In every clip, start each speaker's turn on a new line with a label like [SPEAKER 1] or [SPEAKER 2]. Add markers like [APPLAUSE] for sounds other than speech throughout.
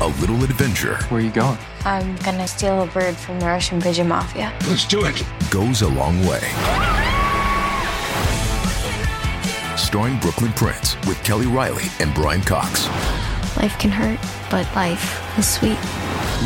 [SPEAKER 1] A little adventure
[SPEAKER 2] Where are you going?
[SPEAKER 3] I'm gonna steal a bird from the Russian pigeon mafia.
[SPEAKER 4] Let's do it.
[SPEAKER 1] goes a long way. Starring Brooklyn Prince with Kelly Riley and Brian Cox.
[SPEAKER 5] Life can hurt, but life is sweet.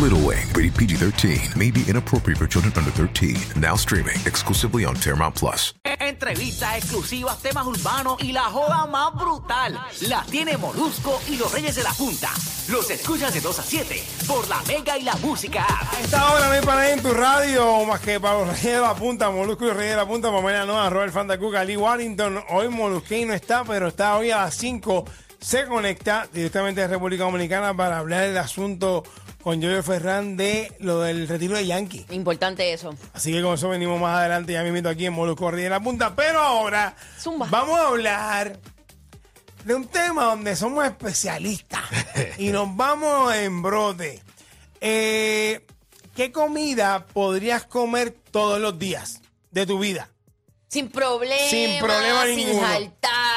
[SPEAKER 1] Little Wing, rated PG 13, may be inappropriate for children under 13. Now streaming exclusively on Paramount Plus.
[SPEAKER 6] Entrevistas exclusivas, temas urbanos y la joda más brutal. Las tiene Molusco y los Reyes de la Punta. Los escuchas de 2 a 7 por la Mega y la Música. App.
[SPEAKER 7] A Esta hora no hay para nadie en tu radio, más que para los Reyes de la Punta, Molusco y los Reyes de la Punta, Pamela Noa, Robert Fandacuca, Lee Warrington. Hoy Molusquín no está, pero está hoy a las 5. Se conecta directamente de República Dominicana para hablar del asunto con Yoyo Ferran de lo del retiro de Yankee.
[SPEAKER 8] Importante eso.
[SPEAKER 7] Así que con eso venimos más adelante, ya me invito aquí en Molusco Reyes de la Punta. Pero ahora
[SPEAKER 8] Zumba.
[SPEAKER 7] vamos a hablar de un tema donde somos especialistas y nos vamos en brote. Eh, ¿Qué comida podrías comer todos los días de tu vida?
[SPEAKER 8] Sin problema.
[SPEAKER 7] Sin problema
[SPEAKER 8] Sin
[SPEAKER 7] ninguno.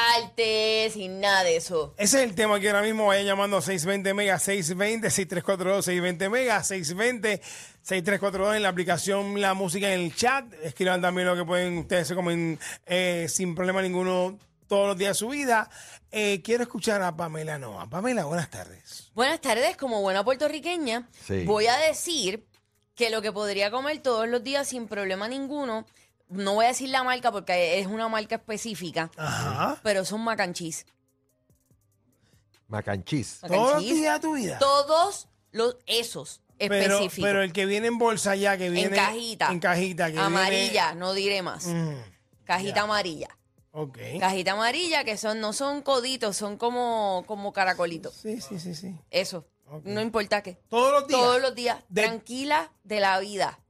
[SPEAKER 8] saltarte, sin nada de eso.
[SPEAKER 7] Ese es el tema que ahora mismo vaya llamando 620 mega 620 6342 620 mega 620 6342 en la aplicación La Música en el chat. Escriban también lo que pueden ustedes se comen eh, sin problema ninguno todos los días de su vida. Eh, quiero escuchar a Pamela Noa. Pamela, buenas tardes.
[SPEAKER 8] Buenas tardes, como buena puertorriqueña, voy a decir que lo que podría comer todos los días sin problema ninguno, no voy a decir la marca porque es una marca específica,
[SPEAKER 7] Ajá.
[SPEAKER 8] pero son macanchis.
[SPEAKER 2] Macanchis.
[SPEAKER 7] Todos los días de tu vida.
[SPEAKER 8] Todos los esos
[SPEAKER 7] Pero,
[SPEAKER 8] específicos.
[SPEAKER 7] pero el que viene en bolsa ya, que viene
[SPEAKER 8] en cajita.
[SPEAKER 7] En cajita. Que
[SPEAKER 8] amarilla, no diré más.
[SPEAKER 7] viene- Mm,
[SPEAKER 8] Cajita amarilla.
[SPEAKER 7] ok.
[SPEAKER 8] Cajita amarilla que son no son coditos, son como como caracolitos.
[SPEAKER 7] Sí, sí, sí, sí.
[SPEAKER 8] Eso. No importa qué.
[SPEAKER 7] Todos los días.
[SPEAKER 8] Todos los días.
[SPEAKER 7] De-
[SPEAKER 8] Tranquila de la vida.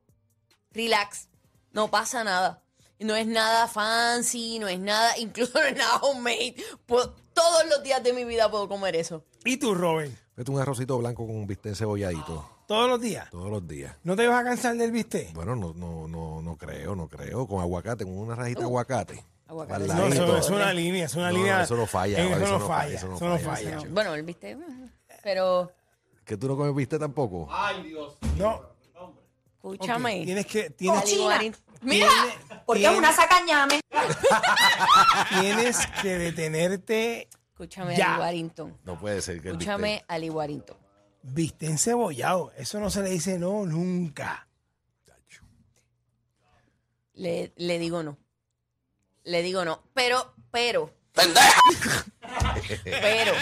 [SPEAKER 8] Relax. No pasa nada. No es nada fancy, no es nada, [LAUGHS] incluso no es nada homemade. Puedo- todos los días de mi vida puedo comer eso.
[SPEAKER 7] ¿Y tú, Robert?
[SPEAKER 9] Vete un arrocito blanco con un bistec cebolladito
[SPEAKER 7] Todos los días.
[SPEAKER 9] todos los días.
[SPEAKER 7] ¿No te vas a cansar del bistec?
[SPEAKER 9] Bueno, no, no, no, no creo, no creo. Con aguacate, con una rajita de aguacate.
[SPEAKER 8] aguacate.
[SPEAKER 9] Al
[SPEAKER 8] No,
[SPEAKER 7] Uh, No,
[SPEAKER 9] ladito.
[SPEAKER 7] eso es una línea, es una
[SPEAKER 9] No, no,
[SPEAKER 7] línea.
[SPEAKER 9] eso no falla,
[SPEAKER 7] eh, Eso,
[SPEAKER 9] Robert,
[SPEAKER 7] no falla, eso no falla.
[SPEAKER 9] ese chico.
[SPEAKER 8] Bueno, el viste. Pero
[SPEAKER 9] ¿Que tú no comes bistec tampoco?
[SPEAKER 7] No,
[SPEAKER 8] escúchame.
[SPEAKER 7] tienes que, tienes,
[SPEAKER 8] Dale, Guarín. Mira,
[SPEAKER 7] Tiene-
[SPEAKER 8] porque es
[SPEAKER 7] tiene-
[SPEAKER 8] una sacañame.
[SPEAKER 7] [LAUGHS] tienes que detenerte
[SPEAKER 8] Escúchame,
[SPEAKER 7] Ya.
[SPEAKER 8] Ali Warrington.
[SPEAKER 9] No puede ser que el
[SPEAKER 8] Escúchame, Ali Warrington.
[SPEAKER 7] bistec encebollado. Eso no se le dice no nunca.
[SPEAKER 8] Le, le digo no. Le digo no. Pero, pero. pero.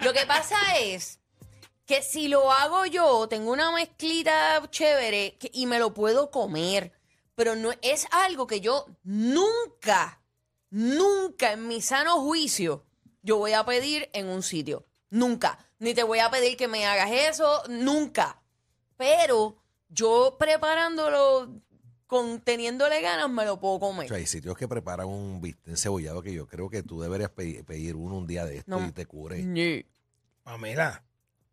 [SPEAKER 8] Lo que pasa es que si lo hago yo, tengo una mezclita chévere que- y me lo puedo comer. Pero no es algo que yo nunca, nunca en mi sano juicio yo voy a pedir en un sitio. Nunca. Ni te voy a pedir que me hagas eso. Nunca. Pero yo preparándolo, con teniéndole ganas, me lo puedo
[SPEAKER 9] bistec- O sea,
[SPEAKER 8] comer.
[SPEAKER 9] hay sitios que preparan un bistec cebollado que yo creo que tú deberías pe- pedir uno un día de esto
[SPEAKER 8] No.
[SPEAKER 9] y te cubre.
[SPEAKER 8] Ni,
[SPEAKER 7] Pamela,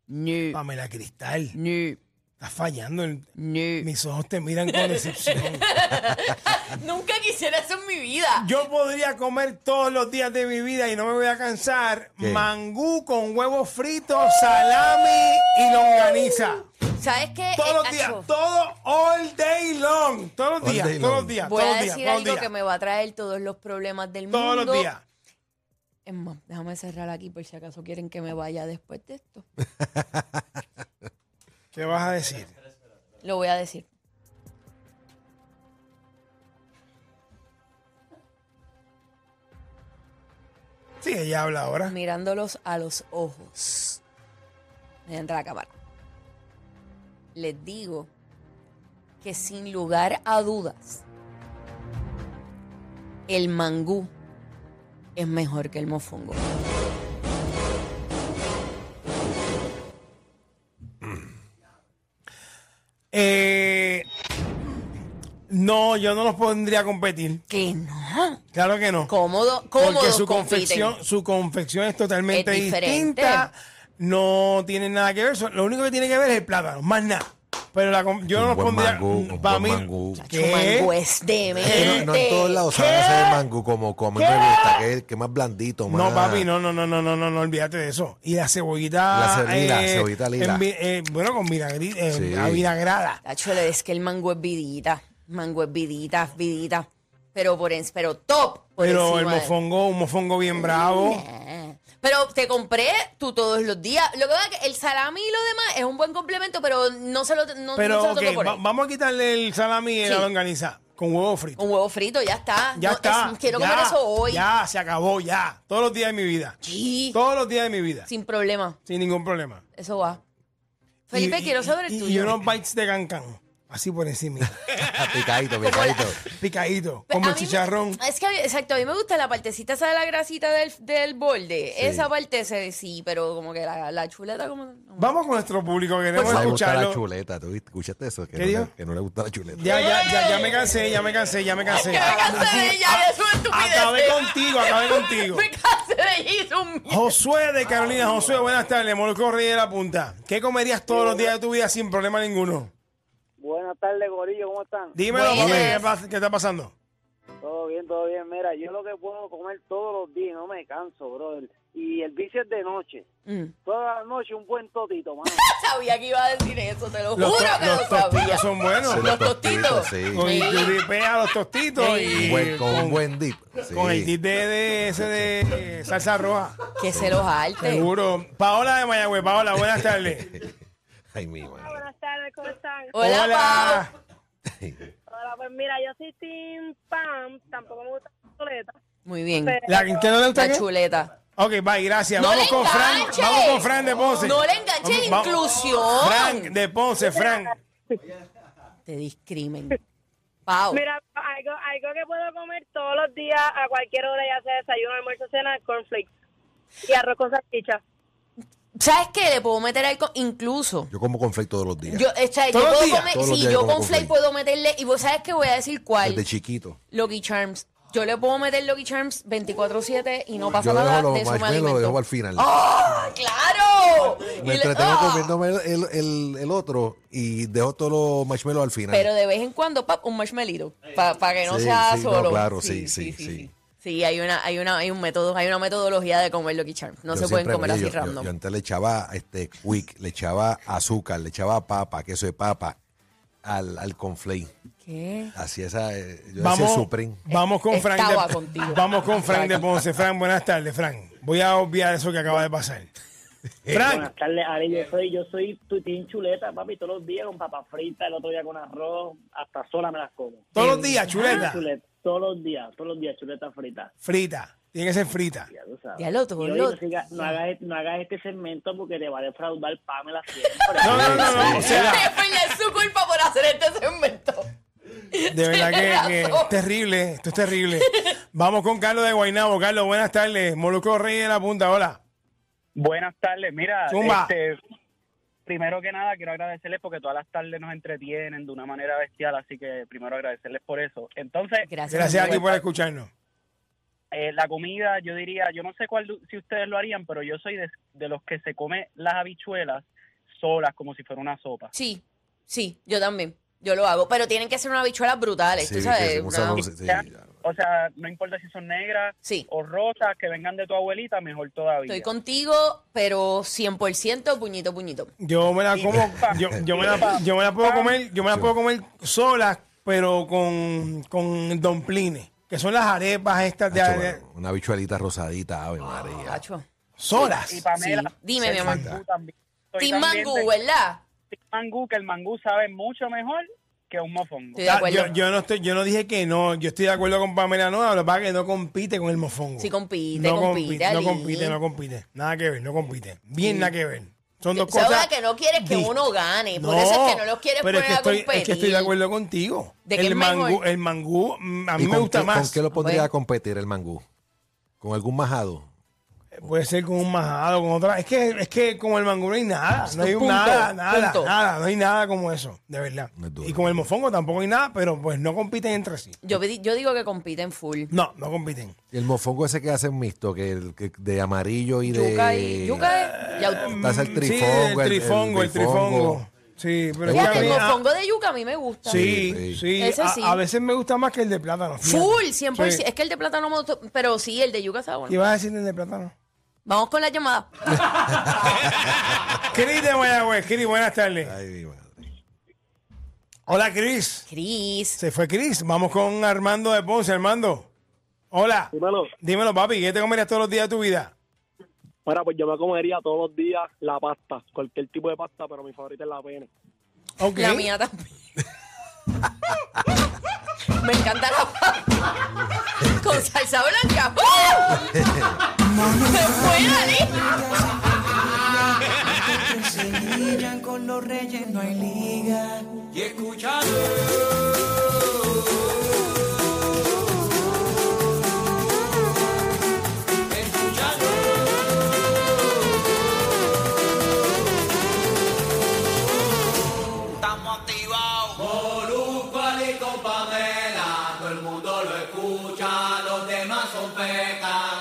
[SPEAKER 8] ni,
[SPEAKER 7] Pamela Cristal,
[SPEAKER 8] ni,
[SPEAKER 7] estás fallando. el-
[SPEAKER 8] ni.
[SPEAKER 7] Mis ojos te miran con decepción.
[SPEAKER 8] Nunca quisiera eso en mi vida.
[SPEAKER 7] Yo podría comer todos los días de mi vida y no me voy a cansar
[SPEAKER 9] ¿Qué?
[SPEAKER 7] mangú con huevos fritos, salami y longaniza.
[SPEAKER 8] ¿Sabes qué?
[SPEAKER 7] Todos los
[SPEAKER 8] Eh,
[SPEAKER 7] días,
[SPEAKER 8] Nacho,
[SPEAKER 7] todo all day long. Todos los
[SPEAKER 9] All
[SPEAKER 7] días,
[SPEAKER 9] day
[SPEAKER 7] todos
[SPEAKER 9] long.
[SPEAKER 7] los días,
[SPEAKER 8] Voy
[SPEAKER 7] todos
[SPEAKER 8] a
[SPEAKER 7] los días,
[SPEAKER 8] decir
[SPEAKER 7] todos los
[SPEAKER 8] algo
[SPEAKER 7] días.
[SPEAKER 8] que me va a traer todos los problemas del mundo.
[SPEAKER 7] Todos los días.
[SPEAKER 8] Es más, déjame cerrar aquí por si acaso quieren que me vaya después de esto.
[SPEAKER 7] ¿Qué vas a decir?
[SPEAKER 8] Lo voy a decir.
[SPEAKER 7] Sí, ella habla ahora.
[SPEAKER 8] Mirándolos a los ojos. Me entra la cámara. Les digo que sin lugar a dudas, el mangú es mejor que el mofongo.
[SPEAKER 7] Eh, no, yo no los pondría a competir.
[SPEAKER 8] Que no.
[SPEAKER 7] Claro que no.
[SPEAKER 8] Cómodo, cómodo.
[SPEAKER 7] Porque su confección, su confección es totalmente
[SPEAKER 8] Es diferente.
[SPEAKER 7] distinta. No tiene nada que ver. So- Lo único que tiene que ver es el plátano, más nada. Pero la com- yo
[SPEAKER 9] Un
[SPEAKER 7] no los
[SPEAKER 9] buen
[SPEAKER 7] pondría.
[SPEAKER 9] mangú, un
[SPEAKER 7] para
[SPEAKER 9] buen
[SPEAKER 7] mí.
[SPEAKER 9] mangú.
[SPEAKER 7] ¿Qué?
[SPEAKER 8] Mangues de
[SPEAKER 9] Es que no, no en todos lados saben hacer el mangú como, como me gusta, que es que es más blandito, más.
[SPEAKER 7] No, papi, no, no, no, no, no, no, no, olvídate de eso. Y la cebollita.
[SPEAKER 9] La ce- lila, cebollita lila.
[SPEAKER 7] en vi- eh, bueno, con vinagri, eh,
[SPEAKER 9] Sí.
[SPEAKER 7] a vinagrada.
[SPEAKER 8] Tacho, es que el mango es vidita. Mango es vidita, vidita. Pero por en- pero top. por
[SPEAKER 7] Pero
[SPEAKER 8] encima
[SPEAKER 7] el
[SPEAKER 8] de- Mm. Eh.
[SPEAKER 7] mofongo, un mofongo bien bravo.
[SPEAKER 8] Pero te compré tú todos los días. Lo que pasa es que el salami y lo demás es un buen complemento, pero no se lo, no, no
[SPEAKER 7] Pero
[SPEAKER 8] se lo
[SPEAKER 7] ok,
[SPEAKER 8] tengo que poner.
[SPEAKER 7] va- vamos a quitarle el salami y la
[SPEAKER 8] Sí.
[SPEAKER 7] longaniza con huevo frito.
[SPEAKER 8] Un huevo frito, ya está.
[SPEAKER 7] Ya
[SPEAKER 8] No,
[SPEAKER 7] está.
[SPEAKER 8] es- quiero
[SPEAKER 7] ya,
[SPEAKER 8] comer eso hoy.
[SPEAKER 7] Ya, se acabó, ya. Todos los días de mi vida.
[SPEAKER 8] Sí,
[SPEAKER 7] Todos los días de mi vida.
[SPEAKER 8] sin problema.
[SPEAKER 7] Sin ningún problema.
[SPEAKER 8] Eso va. Felipe,
[SPEAKER 7] Y-
[SPEAKER 8] quiero
[SPEAKER 7] y-
[SPEAKER 8] saber el
[SPEAKER 7] y-
[SPEAKER 8] tuyo.
[SPEAKER 7] Y unos bites de cancán. Así por encima.
[SPEAKER 8] [LAUGHS]
[SPEAKER 9] [LAUGHS] picadito, picadito.
[SPEAKER 7] Picadito.
[SPEAKER 8] Pero
[SPEAKER 7] Como
[SPEAKER 8] Pues, a
[SPEAKER 7] el
[SPEAKER 8] mí me-
[SPEAKER 7] chicharrón.
[SPEAKER 8] es que, a mí- exacto, a mí me gusta la partecita esa de la grasita del, del borde. Esa parte se, sí, pero como que la, la chuleta como...
[SPEAKER 7] Vamos con nuestro público, queremos
[SPEAKER 9] No le gusta Pues, la
[SPEAKER 7] escucharlo.
[SPEAKER 9] chuleta, ¿tú escuchaste eso? Que,
[SPEAKER 7] ¿Qué
[SPEAKER 9] no le,
[SPEAKER 7] dijo?
[SPEAKER 9] que no le gusta la chuleta.
[SPEAKER 7] Ya, ya, ya, ya me cansé, ya me cansé, ya me cansé.
[SPEAKER 8] Que me cansé de ella, de su estupidez.
[SPEAKER 7] Ah, Acabé contigo, acabé contigo.
[SPEAKER 8] [LAUGHS] Me cansé de ella y su mierda.
[SPEAKER 7] Josué de Carolina, Josué, buenas tardes, Molusco Reyes de la Punta. ¿Qué comerías todos los días de tu vida sin problema ninguno?
[SPEAKER 2] Buenas tardes, Gorillo, ¿cómo están?
[SPEAKER 7] Dímelo, papi,
[SPEAKER 8] Buenas.
[SPEAKER 7] ¿qué, pas- qué está pasando?
[SPEAKER 2] Todo bien, todo bien. Mira, yo lo que puedo comer todos los días, no me canso, brother. Y el vicio es de noche.
[SPEAKER 8] Mm.
[SPEAKER 2] Toda la noche un buen totito, mano.
[SPEAKER 8] Sabía que iba a decir eso, te lo juro
[SPEAKER 7] to-
[SPEAKER 8] que lo
[SPEAKER 7] los
[SPEAKER 8] sabía.
[SPEAKER 7] tostitos son buenos.
[SPEAKER 9] Sí,
[SPEAKER 8] los tostitos.
[SPEAKER 9] sí.
[SPEAKER 7] Con el churipea, los tostitos y
[SPEAKER 9] Un buen- con un buen dip. sí.
[SPEAKER 7] con el tip de, de ese de salsa roja.
[SPEAKER 8] Que se los alte.
[SPEAKER 7] Seguro. Paola de Mayagüez, Paola, buenas tardes.
[SPEAKER 9] Ay, mi madre.
[SPEAKER 2] Buenas tardes, ¿cómo están?
[SPEAKER 8] Hola,
[SPEAKER 7] Hola.
[SPEAKER 8] Pau.
[SPEAKER 2] Hola, pues mira, yo soy Team Pam, tampoco me gusta la chuleta.
[SPEAKER 8] Muy bien.
[SPEAKER 7] ¿La que usted no le gusta
[SPEAKER 8] La
[SPEAKER 7] qué?
[SPEAKER 8] chuleta.
[SPEAKER 7] Ok, bye, gracias.
[SPEAKER 8] No
[SPEAKER 7] vamos
[SPEAKER 8] le
[SPEAKER 7] con Frank,
[SPEAKER 8] enganche.
[SPEAKER 7] vamos con Frank de Ponce.
[SPEAKER 8] No le enganche
[SPEAKER 7] Vamos-
[SPEAKER 8] inclusión.
[SPEAKER 7] Frank de Ponce, Frank.
[SPEAKER 2] [LAUGHS]
[SPEAKER 8] Te discrimen. Pau.
[SPEAKER 2] Mira, algo, algo que puedo comer todos los días, a cualquier hora, ya sea desayuno, almuerzo, cena, cornflakes y arroz con salchicha.
[SPEAKER 8] ¿Sabes qué? Le puedo meter al... co- Incluso...
[SPEAKER 9] Yo como conflicto todos los días.
[SPEAKER 8] Yo, o sea, yo
[SPEAKER 7] ¿Todos los
[SPEAKER 8] puedo
[SPEAKER 7] días?
[SPEAKER 8] comer,
[SPEAKER 9] Todos los
[SPEAKER 8] sí,
[SPEAKER 9] días
[SPEAKER 8] yo
[SPEAKER 9] como
[SPEAKER 8] con
[SPEAKER 9] con
[SPEAKER 8] Flake
[SPEAKER 9] Flake.
[SPEAKER 8] puedo meterle, y vos sabes que voy a decir cuál,
[SPEAKER 9] Desde chiquito.
[SPEAKER 8] Lucky Charms. Yo le puedo meter Lucky Charms 24-7 y no pasa
[SPEAKER 9] Yo
[SPEAKER 8] nada,
[SPEAKER 9] dejo los
[SPEAKER 8] de eso me
[SPEAKER 9] marshmallows,
[SPEAKER 8] alimento.
[SPEAKER 9] lo dejo al final.
[SPEAKER 8] ¡Ah, claro! Y
[SPEAKER 9] Me
[SPEAKER 8] le-
[SPEAKER 9] entretengo
[SPEAKER 8] ¡Ah!
[SPEAKER 9] comiéndome el, el- el otro y dejo todos los marshmallows al final.
[SPEAKER 8] Pero de vez en cuando, pap, un marshmallito, para que no
[SPEAKER 9] Sí,
[SPEAKER 8] sea
[SPEAKER 9] sí, no,
[SPEAKER 8] solo.
[SPEAKER 9] claro, sí, sí, sí.
[SPEAKER 8] Sí, hay una, hay una, hay un método, hay una metodología de comer Lucky Charms. No
[SPEAKER 9] Yo
[SPEAKER 8] se pueden
[SPEAKER 9] siempre,
[SPEAKER 8] comer
[SPEAKER 9] mira,
[SPEAKER 8] así
[SPEAKER 9] yo, yo-
[SPEAKER 8] random.
[SPEAKER 9] yo antes le echaba este quick, le echaba azúcar, le echaba papa, queso de papa al, al conflay.
[SPEAKER 8] ¿Qué?
[SPEAKER 9] Así esa, eh, yo decía
[SPEAKER 7] Vamos,
[SPEAKER 9] supreme.
[SPEAKER 7] vamos con Frank
[SPEAKER 8] Estaba
[SPEAKER 7] de,
[SPEAKER 8] contigo.
[SPEAKER 7] Vamos con Frank de Ponce. Frank, buenas tardes, Frank. Voy a obviar eso que acaba
[SPEAKER 9] [LAUGHS]
[SPEAKER 7] de pasar. Frank,
[SPEAKER 2] [LAUGHS] Buenas tardes, Ari. Yo soy, yo soy tu team chuleta, papi, todos los días con papas fritas, el otro día con arroz, hasta sola me las como.
[SPEAKER 7] todos los días, chuleta.
[SPEAKER 2] Ah, Chuleta, todos los días, todos los días chuleta frita.
[SPEAKER 7] Frita. Tiene que ser frita.
[SPEAKER 2] Ya tú sabes.
[SPEAKER 8] Diablo, todos
[SPEAKER 2] Y oye,
[SPEAKER 8] los [LAUGHS]
[SPEAKER 2] no, siga- no hagas, no hagas este segmento porque te va a defraudar Pamela siempre.
[SPEAKER 7] [LAUGHS] No, no, no, no. O sea,
[SPEAKER 8] es su culpa por hacer este segmento.
[SPEAKER 7] de verdad que, que
[SPEAKER 8] Tienes
[SPEAKER 7] es
[SPEAKER 8] razón.
[SPEAKER 7] terrible. Esto es terrible. Vamos con Carlos de Guaynabo. Carlos, buenas tardes. Moluco Rey de la Punta, hola.
[SPEAKER 2] Buenas tardes, mira,
[SPEAKER 7] Zumba.
[SPEAKER 2] este, primero que nada quiero agradecerles porque todas las tardes nos entretienen de una manera bestial, así que primero agradecerles por eso. Entonces,
[SPEAKER 8] [LAUGHS] Gracias.
[SPEAKER 7] Gracias a ti
[SPEAKER 8] Manuel.
[SPEAKER 7] por escucharnos.
[SPEAKER 2] eh, la comida, yo diría, yo no sé cuál du- si ustedes lo harían, pero yo soy de, de los que se come las habichuelas solas como si fuera una sopa.
[SPEAKER 8] Sí, sí, yo también. Yo lo hago. Pero tienen que ser unas habichuelas brutales,
[SPEAKER 9] Sí,
[SPEAKER 8] tú
[SPEAKER 9] que
[SPEAKER 8] sabes.
[SPEAKER 9] se
[SPEAKER 8] una-
[SPEAKER 9] usan- sí,
[SPEAKER 2] Ya,
[SPEAKER 9] ya.
[SPEAKER 2] O sea, no importa si son negras
[SPEAKER 8] Sí.
[SPEAKER 2] o rosas, que vengan de tu abuelita, mejor todavía.
[SPEAKER 8] Estoy contigo, pero 100% puñito, puñito.
[SPEAKER 7] Yo me la como, yo, yo me la, yo me la puedo comer, yo me la puedo comer sola, pero con, con domplines, que son las arepas estas de,
[SPEAKER 9] Hacho,
[SPEAKER 7] de-
[SPEAKER 9] bueno, una bichuelita rosadita, ave María.
[SPEAKER 8] Pacho.
[SPEAKER 7] solas.
[SPEAKER 2] Y Pamela,
[SPEAKER 8] Sí. Dime, mi amor.
[SPEAKER 2] mangú también. Estoy
[SPEAKER 8] Team
[SPEAKER 2] también
[SPEAKER 8] Mangú,
[SPEAKER 2] de-
[SPEAKER 8] ¿verdad?
[SPEAKER 2] Team mangú, que el mangú sabe mucho mejor que un mofongo.
[SPEAKER 8] Estoy de
[SPEAKER 7] Ah,
[SPEAKER 8] acuerdo.
[SPEAKER 7] Yo, yo no estoy, yo no dije que no, yo estoy de acuerdo con Pamela Nueva, lo que pasa es que no compite con el mofongo.
[SPEAKER 8] Sí, compite,
[SPEAKER 7] no
[SPEAKER 8] compite,
[SPEAKER 7] no
[SPEAKER 8] Ali.
[SPEAKER 7] compite, no compite. Nada que ver, no compite. Bien nada que ver. Son dos
[SPEAKER 8] O sea,
[SPEAKER 7] cosas.
[SPEAKER 8] que no quieres que
[SPEAKER 7] dis-
[SPEAKER 8] uno gane, por eso es que no los quieres
[SPEAKER 7] pero es
[SPEAKER 8] poner
[SPEAKER 7] que
[SPEAKER 8] a
[SPEAKER 7] estoy,
[SPEAKER 8] competir.
[SPEAKER 7] Es que estoy de acuerdo contigo.
[SPEAKER 8] ¿De qué
[SPEAKER 7] el,
[SPEAKER 8] es
[SPEAKER 7] mangú,
[SPEAKER 8] mejor?
[SPEAKER 7] el mangú, mm, a mí
[SPEAKER 9] ¿Y
[SPEAKER 7] me
[SPEAKER 9] con
[SPEAKER 7] gusta
[SPEAKER 9] qué-
[SPEAKER 7] más.
[SPEAKER 9] ¿Con qué lo pondría
[SPEAKER 8] Bueno.
[SPEAKER 9] a competir el mangú? ¿Con algún majado?
[SPEAKER 7] Puede ser con un majado, con otra. Es que, es que con el mangú no hay nada. No hay
[SPEAKER 8] Punto,
[SPEAKER 7] nada, nada,
[SPEAKER 8] punto.
[SPEAKER 7] nada. No hay nada como eso, de verdad.
[SPEAKER 9] No es duro.
[SPEAKER 7] Y con el mofongo tampoco hay nada, pero pues no compiten entre sí.
[SPEAKER 8] Yo, pedi- yo digo que compiten full.
[SPEAKER 7] No, no compiten.
[SPEAKER 9] Y el mofongo ese que hacen mixto, que, el- que- de amarillo y de.
[SPEAKER 8] Yuca y yuca y au-
[SPEAKER 9] Estás el
[SPEAKER 7] Mm, Sí,
[SPEAKER 9] trifongo.
[SPEAKER 7] el trifongo, el trifongo. Sí, pero es que
[SPEAKER 8] Fíjate,
[SPEAKER 7] a
[SPEAKER 8] el
[SPEAKER 7] mí- ah,
[SPEAKER 8] mofongo de yuca a mí me gusta.
[SPEAKER 7] Sí,
[SPEAKER 9] Sí,
[SPEAKER 7] sí.
[SPEAKER 8] Ese
[SPEAKER 7] A-
[SPEAKER 8] sí.
[SPEAKER 7] A, veces me gusta más que el de plátano. fíjate.
[SPEAKER 8] Full,
[SPEAKER 7] Sí.
[SPEAKER 8] 100%. Es que el de plátano, me gustó, pero sí, el de yuca está
[SPEAKER 7] ¿Qué
[SPEAKER 8] bueno.
[SPEAKER 7] ibas a decir del de plátano?
[SPEAKER 8] Vamos con la llamada.
[SPEAKER 7] Cris de Mayagüez. Cris, buenas tardes.
[SPEAKER 9] Ay, mi madre.
[SPEAKER 7] Hola, Cris.
[SPEAKER 8] Cris.
[SPEAKER 7] Se fue Cris. Vamos con Armando de Ponce. Armando. Hola.
[SPEAKER 10] Dímelo.
[SPEAKER 7] Dímelo, papi. ¿Qué te comerías todos los días de tu vida?
[SPEAKER 10] Bueno, pues yo me comería todos los días la pasta, cualquier tipo de pasta, pero mi favorita es la pene.
[SPEAKER 7] Ok.
[SPEAKER 8] La mía también. [LAUGHS] me encanta la pasta. [LAUGHS] Con salsa blanca. ¡Uh! [LAUGHS] ¡Me fue la li-
[SPEAKER 6] Estamos activados. Molusco, y con Pamela. Todo el mundo lo escucha, los demás son pecas.